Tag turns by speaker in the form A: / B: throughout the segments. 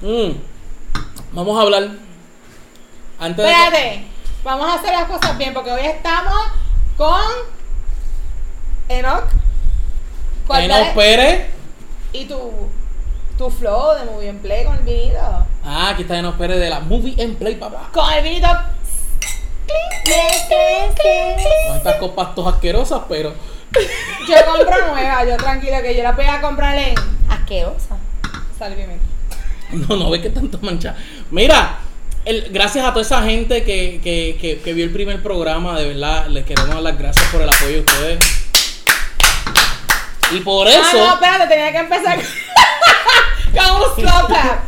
A: Mm. Vamos a hablar. Antes de que-
B: Espérate, vamos a hacer las cosas bien porque hoy estamos con Enoch.
A: Enoch pues.
B: Cortales
A: Pérez.
B: y tu, tu flow de Muy Bien Play con el vinito.
A: Ah, aquí está Enoch Pérez de la Movie and Play, papá.
B: Con el vinito.
A: Con estas copas todas asquerosas, pero.
B: Yo compro nueva, yo tranquila que yo la voy a comprar en
C: Asquerosa.
B: Sal y Pimienta.
A: No, no ve que tanto mancha. Mira, el- gracias a toda esa gente que, que, que- que vio el primer programa, de verdad, les queremos dar las gracias por el apoyo de ustedes. Y por eso.
B: Ah, no, espérate, tenía que empezar con un slow clap.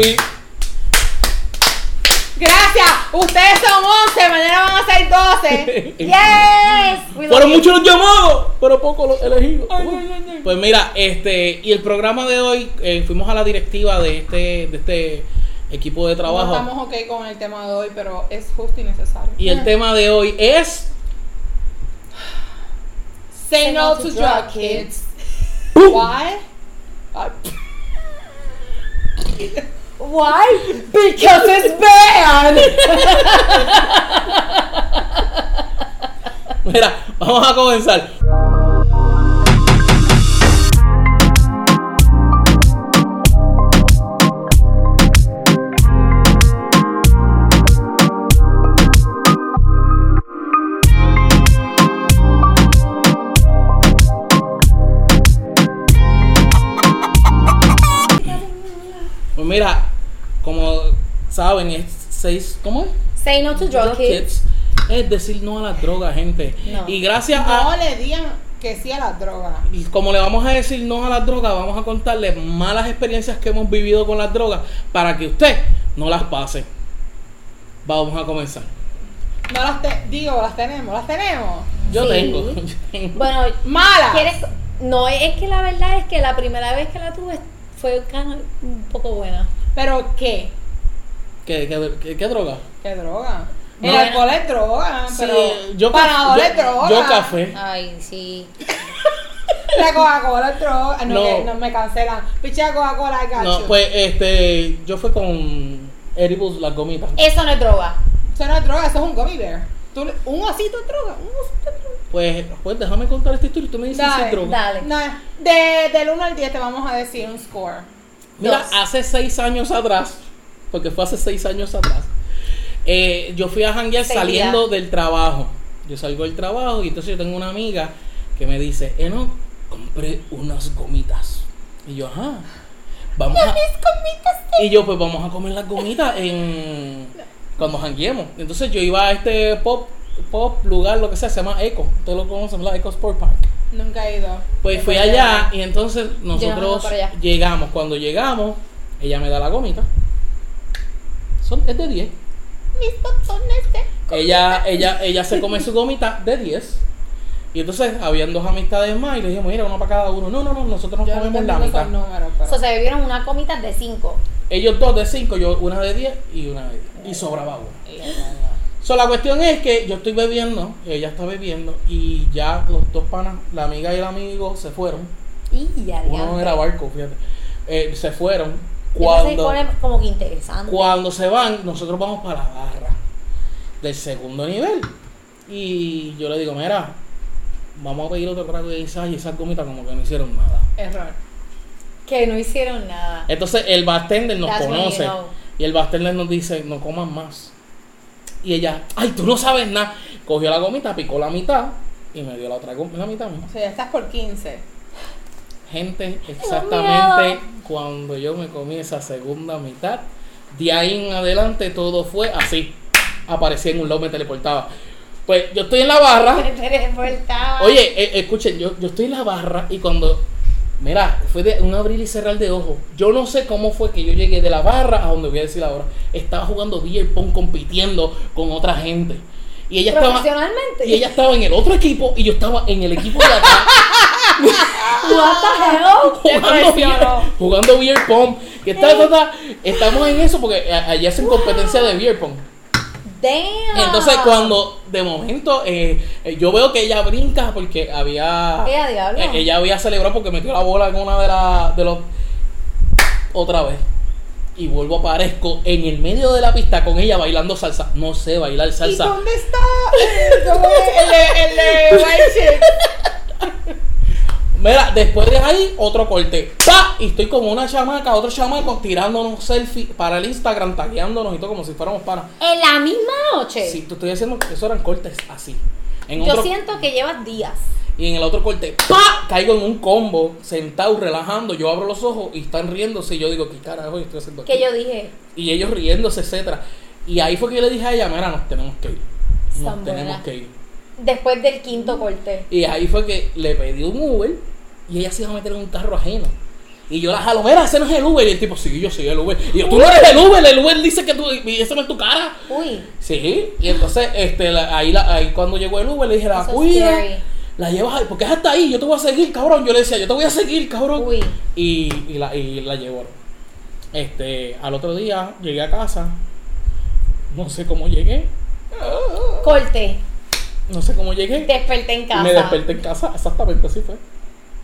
A: y-
B: Gracias, ustedes son 11, mañana van a ser 12.
C: Yes. we
A: Fueron
C: love you.
A: muchos los llamados, pero pocos los elegidos.
B: Ay, ay, ay, ay.
A: Pues mira, este, y el programa de hoy, eh, fuimos a la directiva de este, de este equipo de
B: No
A: trabajo.
B: estamos ok con el tema de hoy, pero es justo y necesario.
A: Y el tema de hoy es
B: Say no to drug kids. Why? Ah,
C: Why?
B: Because it's bad.
A: Mira, vamos a comenzar. Pues mira, como saben, es 6, ¿cómo es?
C: Say no to drug
A: Drug
C: kids.
A: kids. Es decir, no a las drogas, gente.
C: No.
A: Y gracias
B: No
A: a.
B: le digan que sí a las drogas.
A: y Como le vamos a decir no a las drogas, vamos a contarles malas experiencias que hemos vivido con las drogas para que usted no las pase. Vamos a comenzar.
B: No las te digo, las tenemos, las tenemos.
A: Yo
C: Sí.
A: tengo. yo tengo.
C: Bueno,
B: Malas.
C: ¿quieres? No, es que la verdad es que la primera vez que la tuve fue can- un poco buena.
B: ¿Pero qué?
A: ¿Qué, qué, qué- qué droga?
B: ¿Qué droga? El
A: No.
B: alcohol es droga, Ah, pero
A: Sí, eh, yo ca-
B: panadol
A: yo-
B: es droga.
A: Yo café.
C: Ay, sí.
B: La Coca-Cola es droga. Ah, No,
A: No.
B: que no me cancelan. Picha Coca-Cola es
A: No,
B: gacho.
A: pues este. Yo fui con Eribus las gomitas.
C: Eso no es droga.
B: Eso no es droga, eso es un gummy bear. Tú le- un osito es droga, un osito es droga.
A: Pues, pues déjame contar esta historia y tú me dices si
B: Dale,
A: es droga.
C: Dale.
B: No, de, del 1 al 10 te vamos a decir un score.
A: Mira,
C: Dos.
A: hace seis años atrás, porque fue hace seis años atrás, eh, yo fui a janguear
C: Seis
A: saliendo del trabajo. Yo salgo del trabajo y entonces yo tengo una amiga que me dice, eh, no, compré unas gomitas. Y yo, ajá, vamos a... Y yo, pues vamos a comer las gomitas en... cuando jangueemos. Entonces yo iba a este pop, pop lugar, lo que sea, se llama Eco. Ustedes lo conocen, ¿verdad? Eco Sport Park.
B: Nunca he ido.
A: Pues
B: Me
A: fui
B: parece
A: allá
B: bien.
A: y entonces nosotros
C: Llegamos para allá.
A: llegamos. Cuando llegamos, ella me da la gomita. Son, es de 10.
B: Mis botones
C: este,
B: de-
A: Ella, ella, ella se come su gomita de 10. Y entonces habían dos amistades más y le dijimos, mira, uno para cada uno. No, no, no, nosotros nos
B: Yo no
A: comemos
B: entiendo
A: la
B: esos
A: mitad.
B: números, pero-
C: So, se bebieron una comita de cinco.
A: Ellos dos de 5, yo una de 10 y una de 10. Y sobraba uno.
B: Y- y-
A: So, la cuestión es que yo estoy bebiendo, ella está bebiendo y ya los dos panas, la amiga y el amigo, se fueron.
C: Y ya,
A: Uno
C: diantre.
A: era barco, fíjate. Eh, se fueron.
C: Entonces,
A: Cuando,
C: ¿cuál es como que interesante.
A: cuando se van, nosotros vamos para la barra del segundo nivel. Y yo le digo, mira, vamos a pedir otro trago y esas, y esas gomitas como que no hicieron nada.
B: Error.
C: Que no hicieron nada.
A: Entonces el bartender nos
C: That's when you
A: conoce.
C: know.
A: Y el bartender nos dice, no coman más. Y ella, ay, tú no sabes nada. Cogió la gomita, picó la mitad y me dio la otra gom- la mitad. a mí.
B: O sea, ya estás por 15.
A: Gente, exactamente cuando yo me comí esa segunda mitad, de ahí en adelante todo fue así. Aparecía en un lado, me teleportaba. Pues yo estoy en la barra.
C: Te teleportaba.
A: Oye, eh, escuchen, yo, yo estoy en la barra y cuando. Mira, fue de un abrir y cerrar de ojos. Yo no sé cómo fue que yo llegué de la barra a donde voy a decir ahora. Estaba jugando beer pong compitiendo con otra gente. Y ella estaba.
C: Profesionalmente.
A: Y ella estaba en el otro equipo y yo estaba en el equipo de atrás.
C: What the hell?
A: jugando beer, jugando beer pong. Que ta, ta, ta. Estamos en eso porque a- allá hacen competencia de beer pong.
C: Damn.
A: Entonces cuando de momento eh, eh, yo veo que ella brinca porque había
C: Ella, diablo.
A: eh, ella había celebrado porque metió la bola en una de las de los otra vez. Y vuelvo aparezco en el medio de la pista con ella bailando salsa. No sé bailar
B: ¿Y
A: salsa.
B: dónde está? eh, ¿cómo es? El de- el de White Chicks.
A: Mira, después de ahí, otro corte. ¡Pa! Y estoy como una chamaca, otro chamaco tirándonos selfie para el Instagram, tagueándonos y todo como si fuéramos para.
C: En la misma noche.
A: Sí, te estoy diciendo que eso eran cortes así. En
C: Yo
A: otro-
C: siento que llevas días.
A: Y en el otro corte, ¡pa! Caigo en un combo, sentado, relajando. Yo abro los ojos y están riéndose. Y yo digo, ¿qué carajo yo estoy haciendo aquí?
C: Que yo dije,
A: Y ellos riéndose, etcétera. Y ahí fue que yo le dije a ella, mira, nos tenemos que ir. Nos
C: San
A: tenemos
C: Buena.
A: que ir.
C: después del quinto corte.
A: Y ahí fue que le pedí un Uber y ella se iba a meter en un carro ajeno. Y yo la jalo, mira, ese no es el Uber. Y el tipo, sí, yo soy el Uber. Y yo, tú no eres el Uber, el Uber dice que tú, y ese no es tu cara.
C: Uy,
A: Sí, y entonces este, la- ahí, la- ahí cuando llegó el Uber le dije, la
C: Eso es
A: cuida,
C: scary.
A: la llevas ahí, porque es hasta ahí, yo te voy a seguir, cabrón. Yo le decía, yo te voy a seguir, cabrón.
C: uy.
A: Y, y la, y la llevó. Este, al otro día llegué a casa, no sé cómo llegué,
C: Corte.
A: no sé cómo llegué.
C: Desperté en casa.
A: Me desperté en casa, exactamente así fue.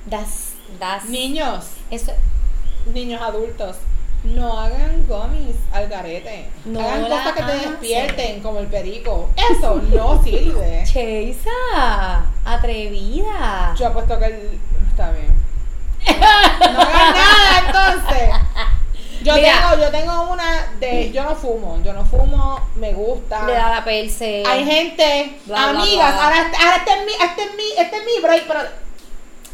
C: Das, das.
B: Niños,
C: Eso,
B: niños adultos, no hagan gummies al garete.
C: No
B: hagan
C: la
B: cosas que te
C: hacen.
B: despierten, como el perico. Eso no sirve.
C: Cheisa, atrevida.
B: Yo apuesto que el. Está bien. No hagan nada entonces. Yo
C: Mira.
B: tengo, yo tengo una de. Yo no fumo, yo no fumo, me gusta.
C: Le da la perse.
B: Hay gente,
C: Bla, bla,
B: amigas,
C: bla.
B: ahora, ahora este es mi, este es mi, este es mi break, pero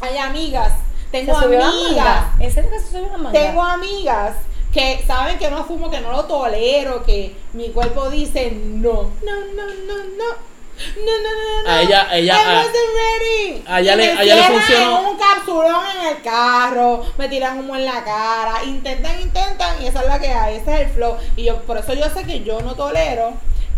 B: hay amigas,
C: Se
B: tengo
C: subió la
B: amigas,
C: manga. ¿En serio que se subió la manga?
B: tengo amigas que saben que no fumo, que no lo tolero, que mi cuerpo dice no, no, no, no, no. No, no, no, no.
A: A ella- a ella-
B: I
A: a-
B: wasn't ready.
A: a ella
B: Y
A: le-
B: me
A: a ella le
B: cierran
A: funcionó.
B: en un capsulón en el carro, me tiran humo en la cara, intentan, intentan, y esa es la que hay, ese es el flow. Y yo, por eso yo sé que yo no tolero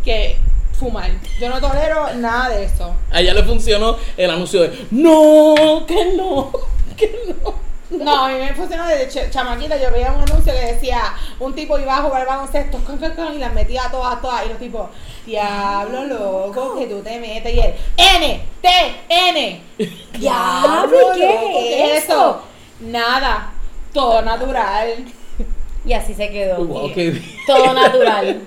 B: que fumar. Yo no tolero nada de eso.
A: A ella le funcionó el anuncio de No, que no, que no.
B: No, a mí me funcionó desde ch- chamaquita. Yo veía un anuncio que decía: un tipo iba a jugar baloncesto con, con, con, y las metía a todas, todas. Y los tipos, diablo loco, que tú te metes. Y él, N, T, N.
C: Diablo, ¿y qué
B: loco,
C: es eso?
B: Nada, todo natural.
C: Y así se quedó.
A: Wow, qué bien.
C: Todo natural.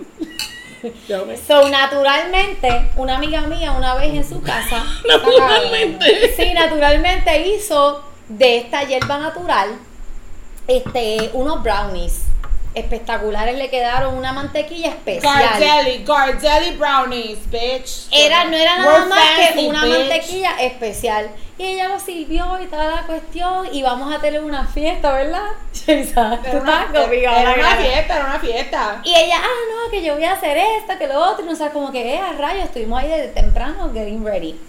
A: Ya ves.
C: So, naturalmente, una amiga mía una vez en su casa,
A: Naturalmente.
C: sí, naturalmente hizo de esta hierba natural este, unos brownies espectaculares. Le quedaron una mantequilla especial.
B: Gardelli, Gardelli brownies, bitch.
C: Era, no era nada
B: We're
C: más
B: fancy,
C: que una
B: bitch.
C: mantequilla especial. Y ella lo sirvió y toda la cuestión. Y vamos a tener una fiesta, ¿verdad? Sheisa, tú
B: Era una,
C: estás conmigo
B: era
C: ahora,
B: una
C: cara.
B: fiesta, era una fiesta.
C: Y ella, ah, no, que yo voy a hacer esto, que lo otro. Y no sabes como que, eh, a rayos, estuvimos ahí desde temprano, getting ready.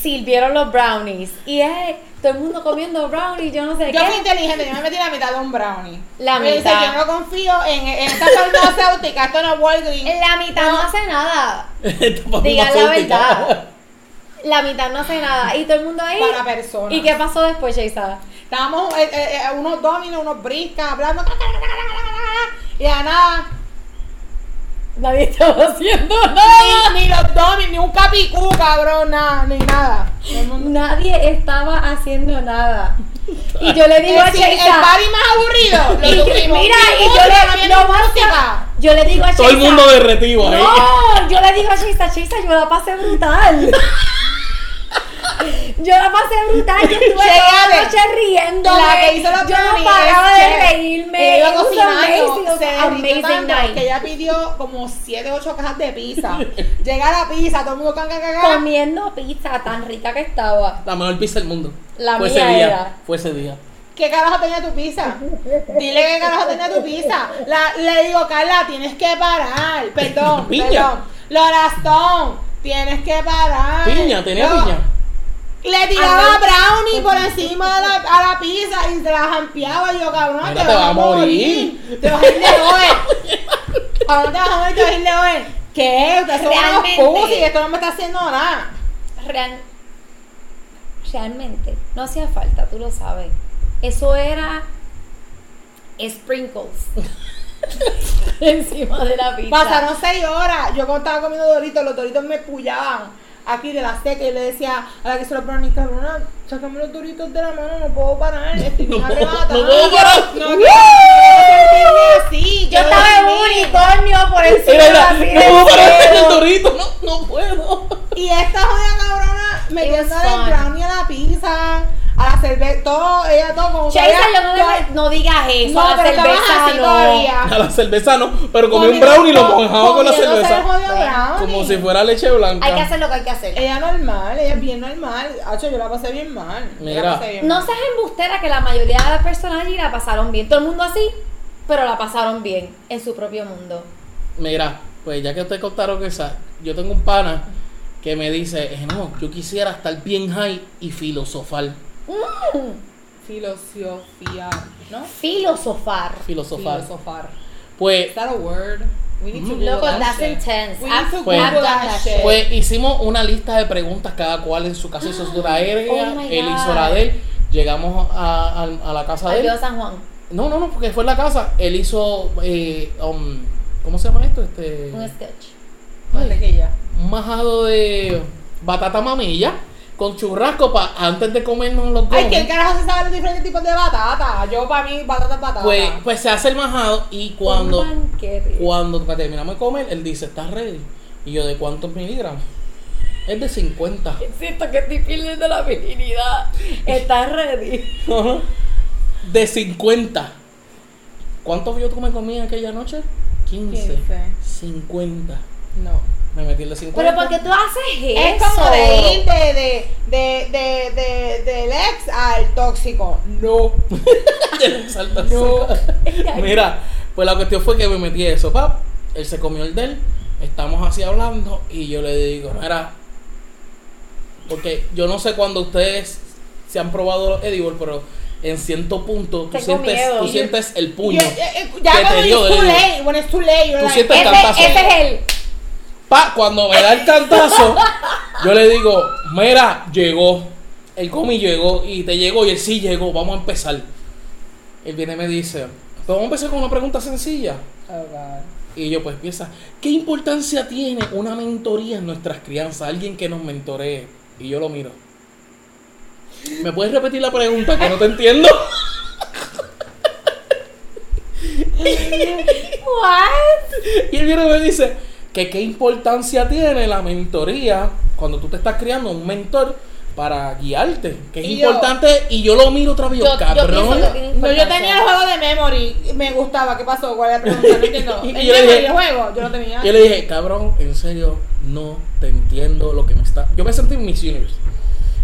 C: Sirvieron los brownies. Y eh, todo el mundo comiendo brownies, yo no sé
B: Yo
C: qué.
B: fui inteligente, yo me metí la mitad de un brownie.
C: La
B: Yo dije,
C: mitad.
B: yo no confío en, en esta farmacéutica, esto no es Walgreens.
C: En la mitad no hace nada.
A: Esta fue
C: Digan la
A: farmacéutica.
C: verdad. La mitad no hace nada. Y todo el mundo ahí.
B: Para personas.
C: ¿Y qué pasó después, Sheisa?
B: Estábamos eh, eh, eh, unos dominos, unos briscas, hablando. Y a nada.
C: Nadie estaba haciendo nada.
B: Ni, ni los dominos, ni un capicú, cabrón, nada, ni nada.
C: Nadie estaba haciendo nada. Y yo le digo a
B: Es decir, el
C: Sheisa.
B: party más aburrido.
C: y-
B: Lo tuvimos.
C: mira,
B: Ni
C: y yo
B: música,
C: le,
B: no
C: lo
B: había ni
C: más-
B: música.
C: yo le digo a
A: Todo el
C: Sheisa,
A: mundo derretido ahí.
C: No, yo le digo a Sheisa, Sheisa, yo la pasé brutal. Yo la pasé brutal, yo estuve toda la
B: Chécate.
C: noche riendo.
B: La que hizo los
C: Yo no
B: brownies
C: paraba
B: es
C: de
B: Cher.
C: reírme.
B: Ella
C: It
B: iba
C: was amazing, it
B: cocinando,
C: was
B: se
C: amazing
B: derritió tanto
C: night.
B: que ella pidió como 7 8 cajas de pizza. Llega la pizza, todo el mundo can, can, can, can.
C: Comiendo pizza tan rica que estaba.
A: La mejor pizza del mundo.
C: La
A: fue
C: mía
A: ese día.
C: era.
A: Fue ese día.
B: ¿Qué carajo tenía tu pizza? Dile qué carajo tenía tu pizza. La- le digo, Carla, tienes que parar. Perdón,
A: Piña.
B: perdón. Laura Stone, tienes que parar.
A: Piña, tenía
B: No.
A: piña.
B: Le tiraba
C: Andaba-
B: brownie por encima de la, a la pizza y se la jampeaba. Y yo, cabrón,
A: Mira, te vas a morir.
B: Te vas a ir de hoy. Ahora te vas a morir, te vas a ir de hoy. ¿Qué? Ustedes son unos
C: Realmente.
B: pussy, esto no me está haciendo nada.
C: Real- realmente, no hacía falta, tú lo sabes. Eso era sprinkles encima de la pizza.
B: Pasaron seis horas, yo cuando estaba comiendo doritos, los doritos me pullaban. aquí de la seca y le decía a la que se lo ponen mis cabrona, sácame los duritos de la mano, no puedo parar, estoy bien
A: No puedo-
B: arrebatada".
A: no puedo parar.
B: No, que- no sentirme así,
C: Yo estaba en un
B: dormí.
C: unicornio por encima
A: Era
C: de
A: la-
C: así
A: no
C: del
A: puedo parar
C: cielo.
A: el dorito, no, no puedo.
B: Y esta joya cabrona metiéndole
C: fun.
B: el brownie a la pizza, a la cerveza, todo, ella todo como que
C: Chaisa,
B: ella-
C: yo no, debe- no digas eso,
B: No,
C: a la
B: pero estabas
C: cerveza
B: así
C: no.
B: todavía.
A: A la cerveza no, pero comí un brownie y lo mojaba con la
B: comiéndose el
A: cerveza.
B: jodido brownie.
A: Como si fuera leche blanca.
C: Hay que hacer lo que hay que hacer.
B: Ella normal, ella es bien normal. Hacho, yo la pasé bien mal. Yo la
A: Mira.
B: pasé bien
C: No
B: mal.
C: seas embustera que la mayoría de las personas allí la pasaron bien. Todo el mundo así, pero la pasaron bien en su propio mundo.
A: Mira, pues ya que ustedes contaron esa, yo tengo un pana que me dice, "Eh, no, yo quisiera estar bien high y filosofar.
B: Filosofía, ¿no?
C: Filosofar.
A: Filosofar.
B: Filosofar.
A: Pues,
B: Is that a word? We need to
C: Loco,
B: Google that
C: that's
B: shit.
C: intense.
B: We
C: I've-
B: need to
A: Pues-
B: Google
C: I've done
B: that
C: that
B: shit.
A: pues hicimos una lista de preguntas cada cual en su casa hizo su
C: Oh
A: aérea,
C: my
A: él
C: God.
A: hizo la de él, llegamos a, a- a la casa de él.
C: Adiós, San Juan.
A: No, no, no, porque fue en la casa, él hizo, eh, um, ¿cómo se llama esto? Este,
C: Un sketch.
B: Mantequilla.
A: un majado de batata mamilla con churrasco para antes de comernos los
B: Ay,
A: gomis.
B: ¿quién carajo se sabe los diferentes tipos de batata? Yo, para mí, batata es batata.
A: Pues, pues se hace el majado y cuando,
C: Un banquete.
A: cuando terminamos de comer, él dice, ¿estás ready? Y yo, ¿de cuántos miligramos? Es de 50.
C: Siento que estoy perdiendo la virginidad. ¿Estás ready?
A: de 50. ¿Cuántos yo me comí aquella noche? 15.
B: 15.
A: 50.
B: no.
A: Me metí el de 50.
C: Pero porque tú haces
B: Es
C: eso.
B: como de ir de, de, de, de, de- del ex al tóxico. No.
A: Salta cerca. Mira, pues la cuestión fue que me metí eso, pap. Él se comió el de él, estamos así hablando y yo le digo, mira, porque yo no sé cuando ustedes se han probado los edibles, pero en ciento puntos tú
C: Tengo
A: sientes,
C: miedo.
A: tú sientes el
B: Yo-
A: puño.
B: eh, eh, ya
A: que te
B: cuando
A: dio
B: it's
A: del-
B: too late, when it's too late, you're
A: Tú
B: like,
A: sientes-
C: Ese,
A: cantazo.
C: ese es el.
A: Pa, cuando me da el cantazo, yo le digo, mira, llegó. El comi llegó y te llegó y él sí llegó, vamos a empezar. Él viene y me dice, "Pues vamos a empezar con una pregunta sencilla.
B: Oh, God.
A: Y yo pues piensa, ¿qué importancia tiene una mentoría en nuestras crianzas? Alguien que nos mentoree. Y yo lo miro. ¿Me puedes repetir la pregunta que no te entiendo?
C: What?
A: Y él viene y me dice que qué importancia tiene la mentoría cuando tú te estás criando un mentor para guiarte. Que es
B: Y yo-
A: importante. y yo lo miro otra vez, yo,
C: Yo- yo
A: cabrón.
C: pienso que tiene-
B: No, yo
C: importancia.
B: tenía el juego de memory. Me gustaba. ¿Qué pasó? ¿Cuál era la pregunta? No entiendo.
A: Y- y
B: ¿El
A: yo le
B: memory,
A: dije-
B: el juego? Yo no tenía.
A: Yo le dije, cabrón, en serio, no te entiendo lo que me está. Yo me sentí en Miss Universe.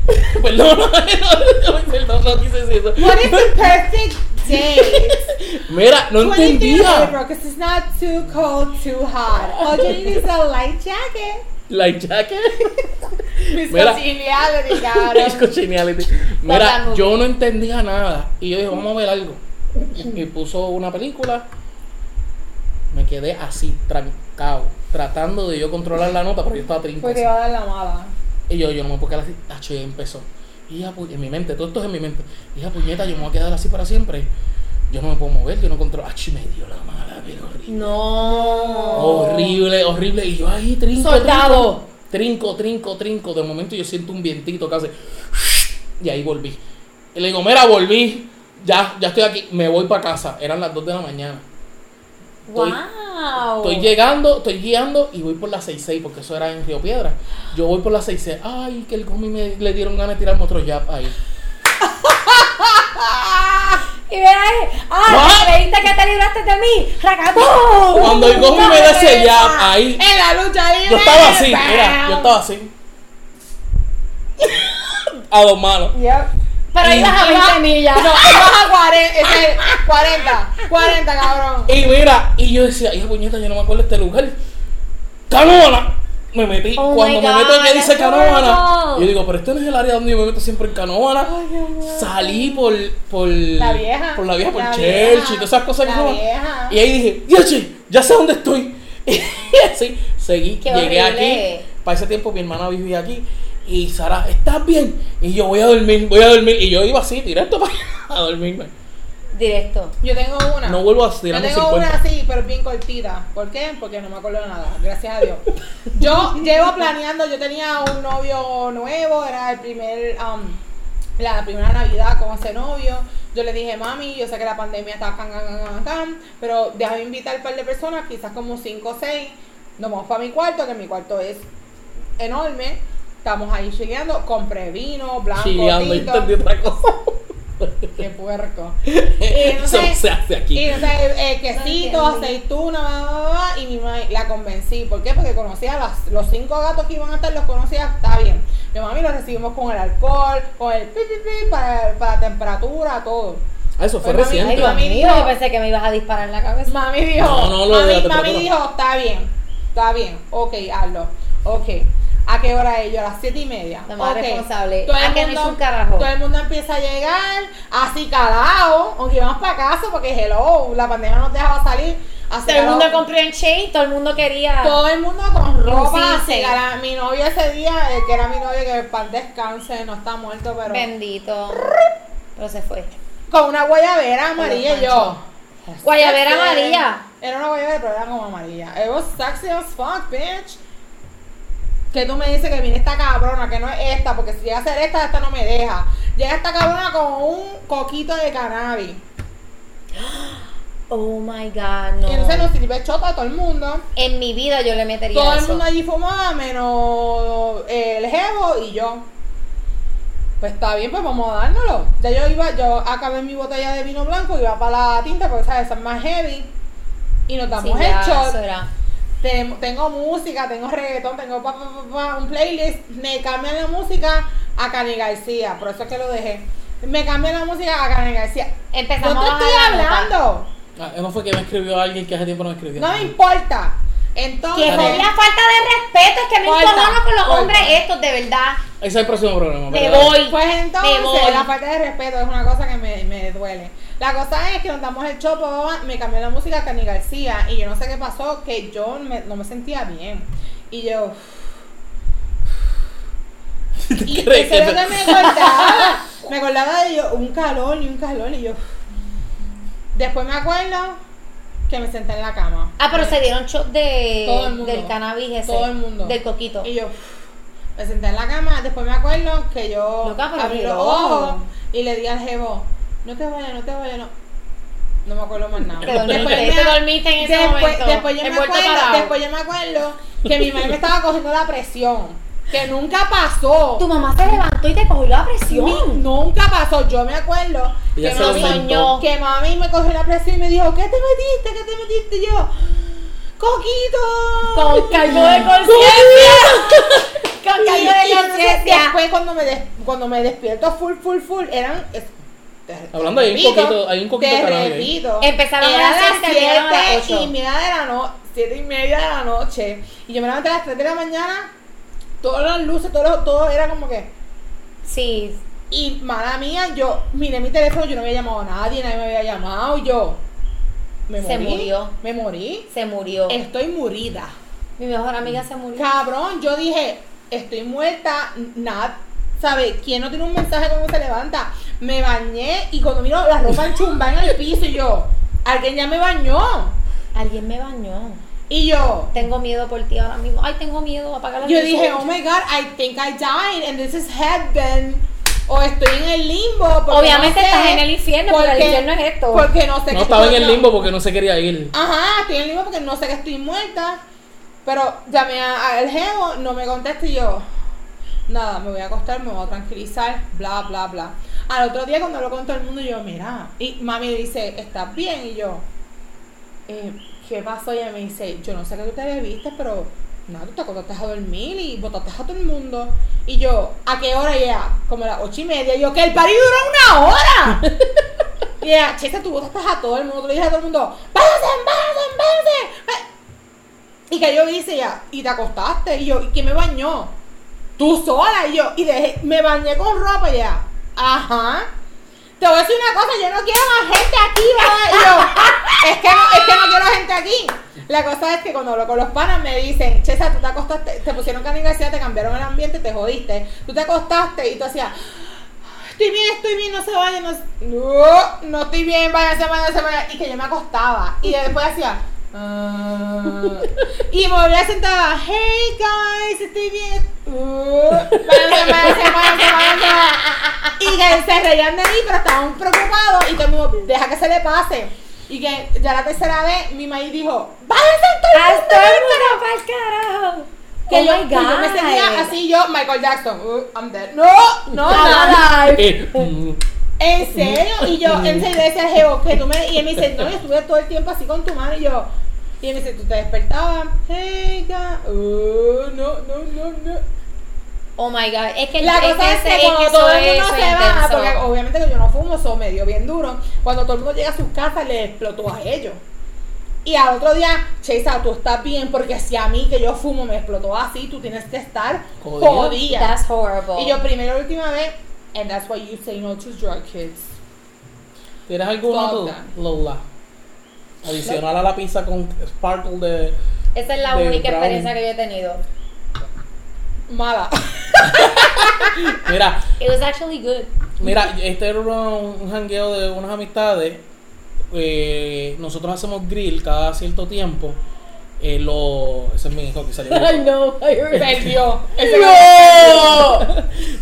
A: Perdón, no, no, no, no quise decir eso.
B: What is the perfect date?
A: Mira, no
B: 23 de
A: entendía.
B: April, 'cause it's not too cold, too hot. Oh, All you need is a light jacket.
A: La jacket.
B: Mis
A: Mira.
B: conciliables,
A: Es
B: cabrón.
A: congeniality.
C: Total
A: Mira,
C: movie.
A: yo no entendía nada. Y yo dije, vamos a ver algo. Y puso una película. Me quedé así, trancado. Tratando de yo controlar la nota, pero yo estaba
B: Pues te
A: trincado.
B: va a dar la mala.
A: Y yo, yo no me puedo quedar así. Tacho, y empezó. Y ya, pu- en mi mente, todo esto es en mi mente. Hija puñeta, yo me voy a quedar así para siempre. Yo no me puedo mover, yo no controlo. Achi, me dio la mala, pero horrible.
C: No.
A: Oh, Horrible, horrible. Y yo ahí, trinco.
C: Soldado.
A: Trinco, trinco, trinco. De momento yo siento un vientito que hace. Y ahí volví. Y le digo, mira, volví. Ya, ya estoy aquí. Me voy para casa. Eran las 2 de la mañana. Estoy-
C: Wow.
A: Estoy llegando, estoy guiando y voy por la 66 porque eso era en Río Piedra. Yo voy por la 66. Ay, que el gomi me le dieron ganas de tirarme otro jab ahí.
C: Y ve ahí, ah,
A: What?
C: creíste que te libraste de mí. ¡Racatón!
A: Cuando el gomi me da ese jab ahí,
B: En la lucha libre.
A: yo estaba así,
B: ¡pam!
A: mira, yo estaba así. A dos manos.
B: Yep.
C: Pero
A: Y-
C: ibas a 20 millas.
B: No, ibas a 40, ese, 40, 40, cabrón.
A: Y mira, y yo decía, hija puñeta, yo no me acuerdo de este lugar. ¡Canóvana! Me metí.
C: Oh my
A: Cuando me meto
C: God,
A: me dice
C: that's
A: Canóvana.
C: horrible.
A: Yo digo, pero este no es el área donde yo me meto siempre en Canóvana. Salí por, por.
B: La vieja.
A: Por la vieja, por
B: La
A: Church
B: vieja.
A: y todas esas cosas que
B: La
A: son.
B: vieja.
A: Y ahí dije, ¡Dios, ya sé dónde estoy! Y así, seguí,
C: Qué
A: llegué
C: horrible.
A: aquí. Para ese tiempo mi hermana vivía aquí. Y Sara, ¿estás bien? Y yo voy a dormir, voy a dormir. Y yo iba así, directo para a dormirme.
C: Directo.
B: Yo tengo una.
A: No vuelvo a
B: Ah. Yo
A: tirarme
B: tengo una
A: 50.
B: así, pero es bien cortita. ¿Por qué? Porque no me acuerdo de nada, gracias a Dios. Yo llevo planeando, yo tenía un novio nuevo, era el primer, um, la primera Navidad con ese novio. Yo le dije, mami, yo sé que la pandemia está can, can, can, can, pero déjame invitar un par de personas, quizás como 5 o 6. Nos vamos para mi cuarto, que mi cuarto es enorme. Estamos ahí chileando, compré vino, blanco,
A: Chileando, yo
B: tinto.
A: entendí otra cosa.
B: Qué puerco. Y
A: Eso
B: entonces,
A: se hace aquí.
B: y entonces eh, quesito,
C: No entiendo.
B: aceituna, bla, bla, bla, bla, y mi mamá la convencí. ¿Por qué? Porque conocía a las- los cinco gatos que iban a estar, los conocía, está bien. Mi mami los recibimos con el alcohol, con el pi, pi, pi, para, para temperatura, todo.
A: Ah, eso fue
B: Pero,
C: Ay,
A: reciente.
C: Dios
B: Mami,
C: mío,
B: no.
C: yo pensé que me ibas a disparar en la cabeza.
B: Mami dijo,
A: No, no, lo de la
B: mami,
A: temperatura.
B: mami dijo, está bien, está bien, ok, hazlo, ok. ¿A qué hora ellos? A las siete y media.
C: La madre
B: Ok.
C: responsable.
B: Todo
C: Ah,
B: el,
C: que no
B: mundo,
C: hizo un carajo.
B: todo el mundo empieza a llegar así calado, aunque vamos para casa porque hello, la pandemia no nos dejaba salir.
C: Todo el mundo
B: acicalado.
C: compró en chain, todo el mundo quería.
B: Todo el mundo con ropa
C: Lucirse.
B: acicalada. Mi novio ese día, eh, que era mi novio, que pan descanse, no está muerto, pero
C: Bendito. Pero se fue.
B: con una guayabera amarilla
C: los
B: y yo.
C: Guayabera
B: Sexy.
C: amarilla.
B: Era una guayabera, pero era como amarilla. It was sexy as fuck, bitch. Que tú me dices que viene esta cabrona, que no es esta, porque si llega a ser esta, esta no me deja. Llega esta cabrona con un coquito de cannabis.
C: Oh my god, no.
B: Y entonces nos sirve chota a todo el mundo.
C: En mi vida yo le metería
B: Todo el
C: eso.
B: mundo allí fumaba, menos eh, el jevo y yo. Pues está bien, pues vamos a dárnoslo. Ya yo iba, yo acabé mi botella de vino blanco, iba para la tinta, porque sabes, es más heavy. Y nos
C: Sí,
B: damos el
C: ya,
B: shot.
C: eso era.
B: Tem- tengo música, tengo reggaetón, tengo pa, pa, pa, pa, un playlist, me cambian la música a Cani García, por eso es que lo dejé. Me cambian la música a Cani García. No
C: Empezamos
B: te
C: a
B: estoy
C: bajar la nota.
B: hablando,
A: Ah, no fue que me escribió alguien que hace tiempo no me escribió.
B: no me importa. Entonces,
C: Que
A: Está bien.
C: es la falta de respeto, es que me
B: Corta,
C: incomodo con los
B: corta.
C: hombres estos, de verdad.
A: Ese es el próximo programa.
C: Me
A: ¿verdad?
C: voy.
B: pues entonces
C: Me voy.
B: la falta de respeto es una cosa que me, me duele. La cosa es que nos damos el chopo, papá, me cambió la música a Cani García y yo no sé qué pasó, que yo me- no me sentía bien. Y yo, Y
A: ¿Crees
B: eso
A: que
B: era
A: te-
B: lo que me acordaba. Me acordaba de yo, un calor y un calor y yo. Después me acuerdo que me senté en la cama.
C: Ah, pero se dieron shot de,
B: Todo el mundo.
C: del cannabis ese.
B: Todo el mundo.
C: Del coquito.
B: Y yo me senté en la cama. Después me acuerdo que yo
C: Loca, pero
B: abrí los
C: miró.
B: ojos y le di al jevo, no te vayas, no te vayas, no. No me acuerdo más nada.
C: Te dormiste,
B: Después
C: te
B: me-
C: dormiste en ese
B: después,
C: momento.
B: Después yo, me
C: Envuelto
B: acuerdo,
C: parado.
B: después yo me acuerdo que mi madre me estaba cogiendo la presión. Que nunca pasó.
C: Tu mamá se levantó y te cogió la
B: Mi-
C: presión.
B: Nunca pasó. Yo me acuerdo
A: Ella
B: que
A: se lo
B: mami,
A: inventó.
B: que mami me cogió la presión y me dijo, ¿qué te metiste? ¿Qué te metiste? Y yo, ¡Coquito!
C: Con calvo de conciencia. Con
B: Y-
C: calvo
B: y
C: de
B: entonces
C: conciencia.
B: Después cuando me, des- cuando me despierto full, full, full, eran... es- te-
A: Hablando,
B: te
A: hay un
B: repito,
A: poquito- hay un poquito
B: te
A: de cannabis ahí.
B: repito,
C: Empezaron a
B: eran
C: las
B: las
C: seis, terminaron a las
B: siete
C: ocho.
B: y media de la noche, siete y media de la noche, y yo me levanté a las 3 de la mañana, todas las luces, todo, lo- todo era como que...
C: Sí.
B: Y mala mía, yo miré mi teléfono, yo no había llamado a nadie, nadie me había llamado, yo me morí.
C: Se murió.
B: Me morí.
C: Se murió.
B: Estoy murida.
C: Mi mejor amiga se murió.
B: Cabrón, yo dije, estoy muerta, nada. ¿Sabe? ¿Quién no tiene un mensaje cuando se levanta? Me bañé y cuando miro la ropa enchumbada en el piso y yo, alguien ya me bañó.
C: Alguien me bañó.
B: Y yo,
C: Tengo miedo por ti ahora mismo. Ay, tengo miedo. Apaga la
B: yo
C: luz.
B: dije, oh my god, I think I died and this is heaven. O estoy en el limbo. porque
C: Obviamente
B: no sé,
C: estás en el infierno, pero el
B: porque-
C: infierno es esto.
B: Porque no sé
A: No
B: qué
A: estaba en
B: estoy-
A: el limbo porque no se quería ir.
B: Ajá, estoy en limbo porque no sé que estoy muerta. Pero llamé a- al jevo, no me contesta y yo, nada, me voy a acostar, me voy a tranquilizar, bla, bla, bla. Al otro día cuando hablo con todo el mundo, yo, mira, y mami dice, ¿estás bien? Y yo, eh, ¿qué pasó? Y ella me dice, yo no sé que tú te bebiste, pero nada, tú te acostaste a dormir y botaste a todo el mundo. Y yo, ¿a qué hora? Y ella, como a las ocho y media. Y yo, que el party duró una hora. Y ella, chica, tú botaste a todo el mundo. Tú le dijiste a todo el mundo, ¡váyanse, váyanse, váyanse! va-". Y que yo hice ya, y te acostaste. Y yo, ¿y quién me bañó? Tú sola. Y yo, y dejé, me bañé con ropa y ya. Ajá. Te voy a decir una cosa, yo no quiero más gente aquí, ¿verdad? Y yo, es que, no, es que no quiero gente aquí. La cosa es que cuando hablo con los panas me dicen, Chesa, tú te acostaste, te pusieron Cani García, te cambiaron el ambiente, te jodiste. Tú te acostaste y tú hacías, estoy bien, estoy bien, no se vayan, no, se- no, no estoy bien, váyanse, váyanse, váyanse. Y que yo me acostaba. Y después hacía, Ah, y me volví a sentar. Hey guys, estoy bien. Uh, váyanse, váyanse, váyanse, váyanse. Y que se reían de mí, pero estaban preocupados. Y todo el mundo, deja que se le pase. Y que ya la tercera vez, mi maíz dijo, váyanse
C: ¡Haz
B: entonces.
C: todo el mundo para el carajo!
B: Que yo,
C: oh my
B: y yo me sentía
C: God. Oh
B: así yo, Michael Jackson. Uh, I'm dead. No, no, nada.
C: Nada.
A: Eh, mm,
B: En serio, y yo en serio le decía al jevo que tú me. Y él me dice, no, yo estuve todo el tiempo así con tu mano. Y yo, y él me dice, tú te despertabas. Hey, ga- oh, no, no, no, no.
C: Oh my god, es que
B: La cosa es
C: ese-
B: que cuando
C: eso
B: todo el
C: es-
B: mundo
C: eso
B: se
C: es
B: va,
C: intenso.
B: porque obviamente que yo no fumo, eso me dio bien duro. Cuando todo el mundo llega a sus casas, le explotó a ellos. Y al otro día, Chesa, tú estás bien, porque si a mí que yo fumo me explotó así, tú tienes que estar
A: Jodida.
B: jodida.
C: That's horrible.
B: oh, Y yo, primero y última vez, and that's why you say no to drug kids.
A: ¿Tienes alguno tú,
B: Fuck that.
A: Lola? Adicional a la pizza con sparkle de...
C: Esa es la
A: de
C: única
A: Brown.
C: experiencia que yo he tenido.
B: Mala.
A: Mira,
C: It was actually good.
A: Mira, este era uno- un jangueo de unas amistades. Eh, nosotros hacemos grill cada cierto tiempo. Eh, lo, ese es mi hijo que salió.
C: no,
B: Este. Perdió. Ese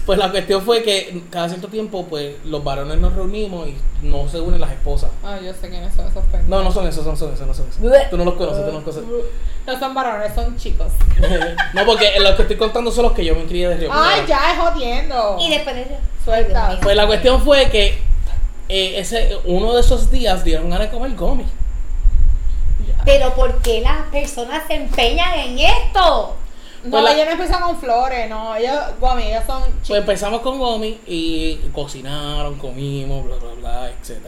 A: Pues la cuestión fue que cada cierto tiempo, pues los varones nos reunimos y no se unen las esposas.
B: Ah, yo sé quiénes son esos pendejos.
A: No, no son esos, no son esos, no son esos. Tú no los conoces, tú no los conoces.
B: No son varones, son chicos.
A: No, porque los que estoy contando son los que yo me crié de Río
B: Ay,
A: Piedras.
B: ya es jodiendo.
C: Y después de eso.
B: Suelta.
C: Ay, Dios mío.
A: Pues la cuestión fue que eh, ese, uno de esos días dieron ganas de comer gomi.
C: Pero ¿por qué las personas se empeñan en esto?
B: No,
A: pues la-
B: ellos no empiezan con flores, no. Ellos, Gomi, ellos son
A: Pues
B: chicos.
A: empezamos con Gomi y cocinaron, comimos, bla, bla, bla, etc.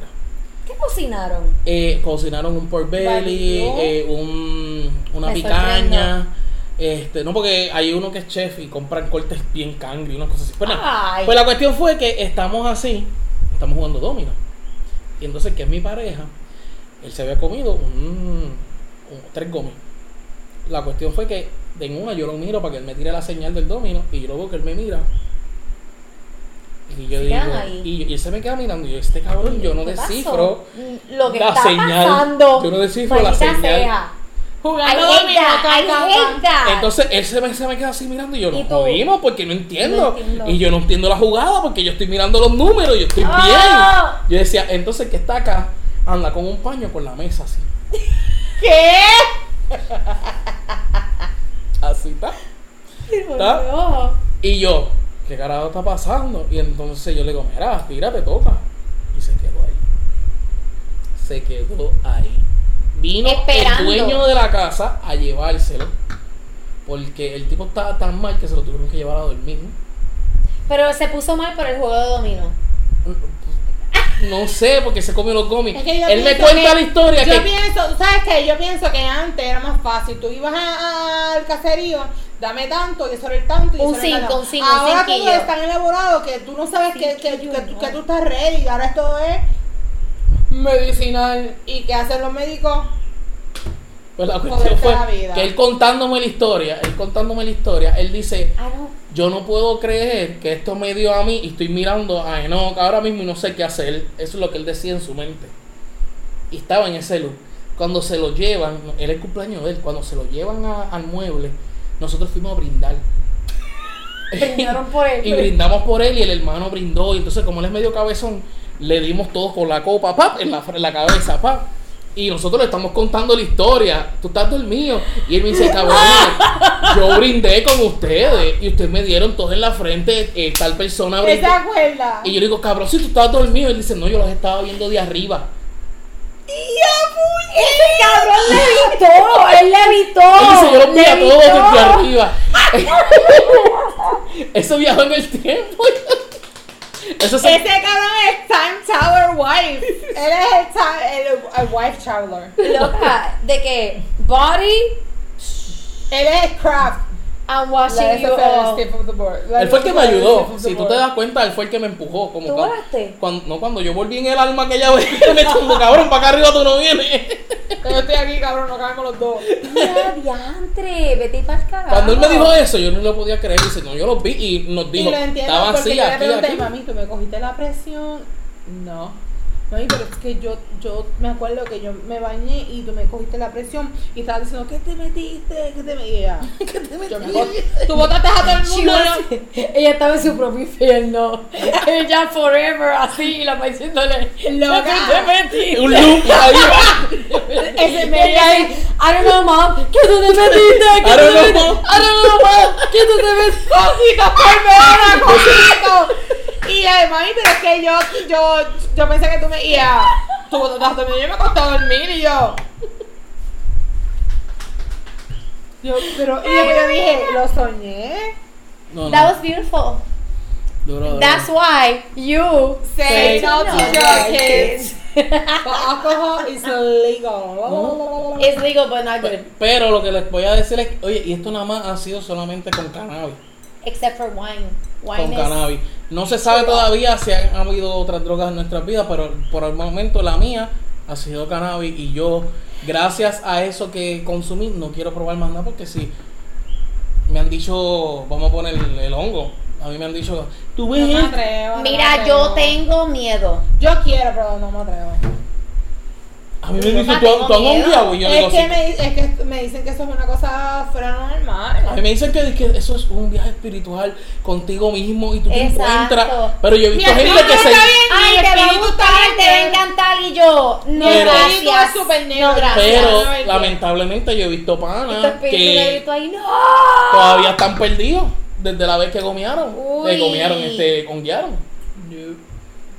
C: ¿Qué cocinaron?
A: Eh, cocinaron un pork belly,
B: Barbecue.
A: eh, un, una
C: Me
A: picaña. Este, no, porque hay uno que es chef y compran cortes bien cangri, unas cosas así. Pues, nada.
C: Ay.
A: Pues la cuestión fue que estamos así, estamos jugando domino. Y entonces, que es mi pareja, él se había comido un, un- tres gomis. La cuestión fue que de en una yo lo miro para que él me tire la señal del domino y yo lo veo que él me mira. Y yo
C: Se
A: digo,
C: quedan ahí.
A: y, yo- y él se me queda mirando y yo, este cabrón, yo no
C: ¿Qué pasó? Mm,
A: descifro
C: lo que
A: la
C: está
A: señal.
C: pasando.
A: Yo no descifro la
C: Maldita
A: señal.
C: sea. I
B: jugando
C: hate
B: dominó,
C: that,
B: can,
C: I
B: can,
C: hate
B: can.
C: that.
A: Entonces él se me, se me queda así mirando y yo
C: Ah. ¿Y
A: no
C: tú?
A: jodimos porque no entiendo.
C: No entiendo.
A: Y yo no entiendo la jugada porque yo estoy mirando los números, yo estoy
C: Ah.
A: bien. Yo decía, entonces el que está acá anda con un paño por la mesa así.
B: ¿Qué?
A: Así está. ¿Está?
C: Dios.
A: Y yo, ¿qué carajo está pasando? Y entonces yo le digo, mira, tírate, toca. Y se quedó ahí. Se quedó ahí. Vino
C: Esperando.
A: el dueño de la casa a llevárselo. Porque el tipo estaba tan mal que se lo tuvieron que llevar a dormir.
C: Pero se puso mal por el juego de dominó.
A: No sé, porque se comió los gomis.
B: Es que yo
A: Él me
B: pienso
A: cuenta
B: que-
A: la historia
B: Yo
A: que
B: pienso, ¿sabes qué? Yo pienso que antes era más fácil. Tú ibas a- al caserío, dame tanto, y eso era el tanto. Y
C: Un
B: eso era el
C: cinco,
B: tanto.
C: un cinco, un
B: Ahora todo
C: cinquillo.
B: es tan elaborado que tú no sabes que, que,
C: Cinquillo,
B: que tú,
C: no.
B: que tú estás ready. Ahora esto es medicinal. ¿Y qué hacen los médicos?
A: pues la
B: Joderte
A: cuestión fue
B: la vida.
A: que él contándome la historia, él contándome la historia, él dice,
C: Ah, no.
A: yo no puedo creer que esto me dio a mí y estoy mirando a Enoch ahora mismo y no sé qué hacer. Eso es lo que él decía en su mente. Y estaba en ese loop. Cuando se lo llevan, era el cumpleaños de él, cuando se lo llevan a- al mueble, nosotros fuimos a brindar.
C: Brindaron por él.
A: y brindamos por él y el hermano brindó. Y entonces, como él es medio cabezón, le dimos todos con la copa, pap, en la, fre- en la cabeza, pap. Y nosotros le estamos contando la historia. Tú estás dormido. Y él me dice, cabrón, yo brindé con ustedes. Y ustedes me dieron todos en la frente. eh, tal persona
B: ¿Te
A: brindó.
B: acuerdas?
A: Y yo le digo, cabrón, si tú estabas dormido. Y él dice, no, yo los estaba viendo de arriba.
C: Ese cabrón le evitó, él le evitó.
A: Él dice, yo los vi a
C: le
A: todos
C: evitó.
A: desde arriba. Eso viajó en el tiempo. Eso se-
B: Ese cabrón es Time Tower Wife. Él es el, time, el, el Wife Traveler.
C: Loca, de que body
B: Él es el Craft.
C: and
B: La
C: washing
B: de
C: you
B: esa
C: all.
B: step of the board. La
A: Él fue el que me
B: de-
A: ayudó.
B: step of the
A: Si tú
B: board.
A: te das cuenta, él fue el que me empujó. Como
C: ¿Tú
A: cuando-
C: volaste?
A: Cuando, no, cuando yo volví en el alma aquella vez, me como cabrón, para acá arriba tú no vienes.
B: Que yo estoy aquí, cabrón, no cabemos los dos.
C: Mira, diantre, vete para el carajo.
A: Cuando él me dijo eso, yo no lo podía creer. Dice, no, yo los vi y nos
B: Y
A: dijo,
B: lo entiendo
A: estaba
B: porque
A: así,
B: yo le
A: aquí,
B: pregunté,
A: aquí.
B: mami, ¿tú me cogiste la presión? No. No, y pero es que yo, yo me acuerdo que yo me bañé y tú me cogiste la presión y estabas diciendo, ¿qué te metiste? ¿Qué te metiste? ¿Qué te metiste? Tú botaste a todo el
C: She
B: mundo.
C: was- ella estaba en su propio infierno. ella forever así, y la va diciéndole,
B: Loca.
C: "¿Qué te metiste?"
A: Un loop ahí va.
B: Ese
C: Y ella ahí,
B: me
C: I don't know, mom, ¿qué tú te metiste? ¿Qué
A: I don't
C: tú te
A: know,
C: metiste?
A: mom."
C: I don't know, mom, ¿qué tú te metiste?
B: cosita palmera, cosito. Y además, pero es que yo, yo, yo pensé que tú me. Y ah, tú botaste a mí, yo me acosté a dormir y yo. Yo, pero, y después yo dije, lo soñé.
A: No,
C: That
A: no.
C: was beautiful.
A: Duro, duro.
C: That's why you
B: Say no to
C: no
B: your
C: like
B: kids. Pues, But alcohol is
A: Oh.
B: illegal.
C: It's legal but not good.
A: Pero lo que les voy a decir es, que, oye, y esto nada más ha sido solamente con cannabis.
C: Except for wine. Wine
A: Con
C: is
A: cannabis. No se sabe todavía si han habido otras drogas en nuestras vidas, pero por el momento la mía ha sido cannabis y yo, gracias a eso que consumí, no quiero probar más nada porque si me han dicho, vamos a poner el, el hongo, a mí me han dicho, tú
B: No
A: ves,
B: me atrevo. no me
C: Mira,
B: atrevo.
C: yo tengo miedo.
B: Yo quiero, pero no me atrevo.
A: a mí me dicen,
C: Mamá,
A: tú,
C: tengo
A: tú has
C: miedo.
A: hongueado y Pues yo digo,
B: Es que,
A: "Sí".
B: me, di- es que me dicen que eso es una cosa fuera
A: A mí
B: normal.
A: me dicen que, que eso es un viaje espiritual contigo mismo y tú te
C: Exacto.
A: encuentras. Pero yo he
B: Mi
A: visto gente
B: espíritu
A: que se.
B: está bien,
C: Ay,
B: mi
C: te va a
B: espíritu está
C: gustar, te va a
B: bien.
C: encantar y yo. No,
A: Mi
B: espíritu
C: gracias.
B: es súper negro.
C: no, gracias.
A: Pero
B: Ay,
A: lamentablemente yo he visto
C: Y tu
A: panas
C: espíritu
A: Ah, que
C: negrito ahí, no.
A: todavía están perdidos desde la vez que gomearon.
C: Uy.
A: Eh, gomearon, este, conguearon.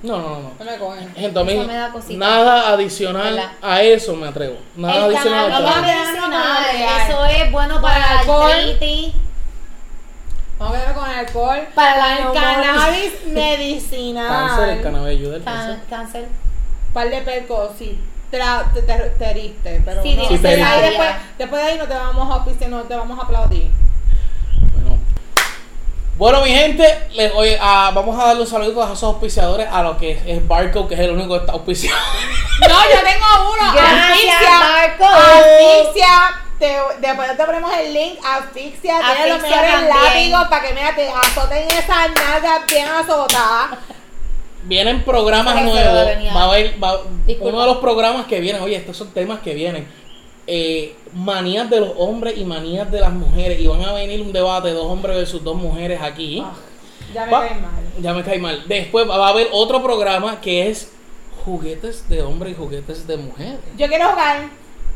A: No, no, no. no.
B: No me cogen.
A: Gente, a mí
C: Eso me da cosita.
A: nada adicional
C: ¿Verdad?
A: a eso me atrevo. Nada
C: El
A: adicional
C: cannabis
A: a
B: no
A: eso.
B: va a-
C: medicinal,
B: Vamos a quedarnos con
C: Eso es
B: Para
C: bueno para la
B: alcohol.
C: artritis.
B: Vamos a quedarnos con el alcohol.
C: Para la
B: el
C: neumonía.
B: cannabis medicinal.
A: Cáncer, el cannabis ayuda al cáncer.
C: Can- Cáncer.
B: Par de percos, sí. Tra- te, te, te heriste, pero
C: Sí,
B: no.
C: sí,
A: te
B: Ahí
A: heriste.
B: después, después de ahí no te vamos a auspiciar, no te vamos a aplaudir.
A: Bueno. Bueno, mi gente, les, oye, ah, vamos a darle un saludo a esos auspiciadores, a lo que es, es Barco, que es el único que está auspiciado.
B: No, yo tengo uno.
C: Gracias, Marco.
B: Ah, Asfixia. Te, después te ponemos el link. Asfixia. Tiene los
C: Asfixia
B: mejores
C: también.
B: látigos para que mira, te azoten esas nalgas bien azotadas.
A: Vienen programas
C: Ay, pero
A: nuevos.
C: venía.
A: Va a haber, va-
C: Disculpa.
A: uno de los programas que vienen, oye, estos son temas que vienen. eh, manías de los hombres y manías de las mujeres. Y van a venir un debate de dos hombres versus dos mujeres aquí.
B: Ah, Ya me
A: Va-
B: cae mal.
A: Ya me cae mal. Después va a haber otro programa que es juguetes de hombre y juguetes de mujer.
B: Yo quiero jugar.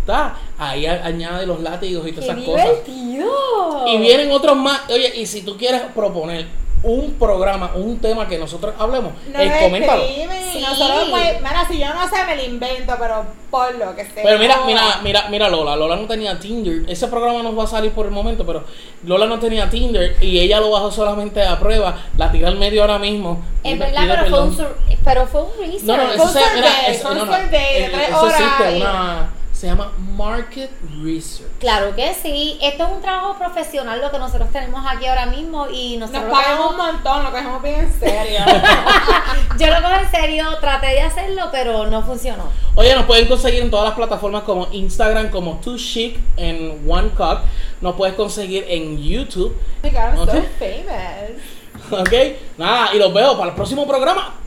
A: Está. Ahí a- añade los látigos y todas
C: Qué
A: esas cosas.
C: divertido.
A: Y vienen otros más. Oye, y si tú quieres proponer un programa, un tema que nosotros hablemos,
B: No
A: eh,
B: me
A: coméntalo.
B: escriben.
C: Sí.
B: Nosotros, pues, mira, si yo no sé, me lo invento, pero por lo que sea.
A: Pero mira, mira, mira, mira Lola, Lola no tenía Tinder. Ese programa no va a salir por el momento, pero Lola no tenía Tinder y ella lo bajó solamente a prueba, la tira al medio ahora mismo.
C: Es
A: Y
C: verdad,
A: pide
C: pero fue, un
A: perdón.
C: sur- pero fue un research.
A: No, no,
B: Fue
A: eso
B: un
A: se,
B: survey,
A: mira, eso-
B: fue un
A: no, no,
B: survey de
A: eh,
B: tres
A: eso existe,
B: horas y-
A: una, se llama Market Research.
C: Claro que sí. Esto es un trabajo profesional lo que nosotros tenemos aquí ahora mismo y
B: Nos
C: nosotros lo
B: pagamos un
C: cogemos-
B: montón, lo cogemos bien en serio.
C: yo lo cojo en serio, traté de hacerlo, pero no funcionó.
A: Oye, nos pueden conseguir en todas las plataformas como Instagram, como Too Chic en One Cock. Nos puedes conseguir en YouTube.
B: Me quedaron so
A: Ok.
B: famous.
A: ¿Ok? Nada, y los veo para el próximo programa.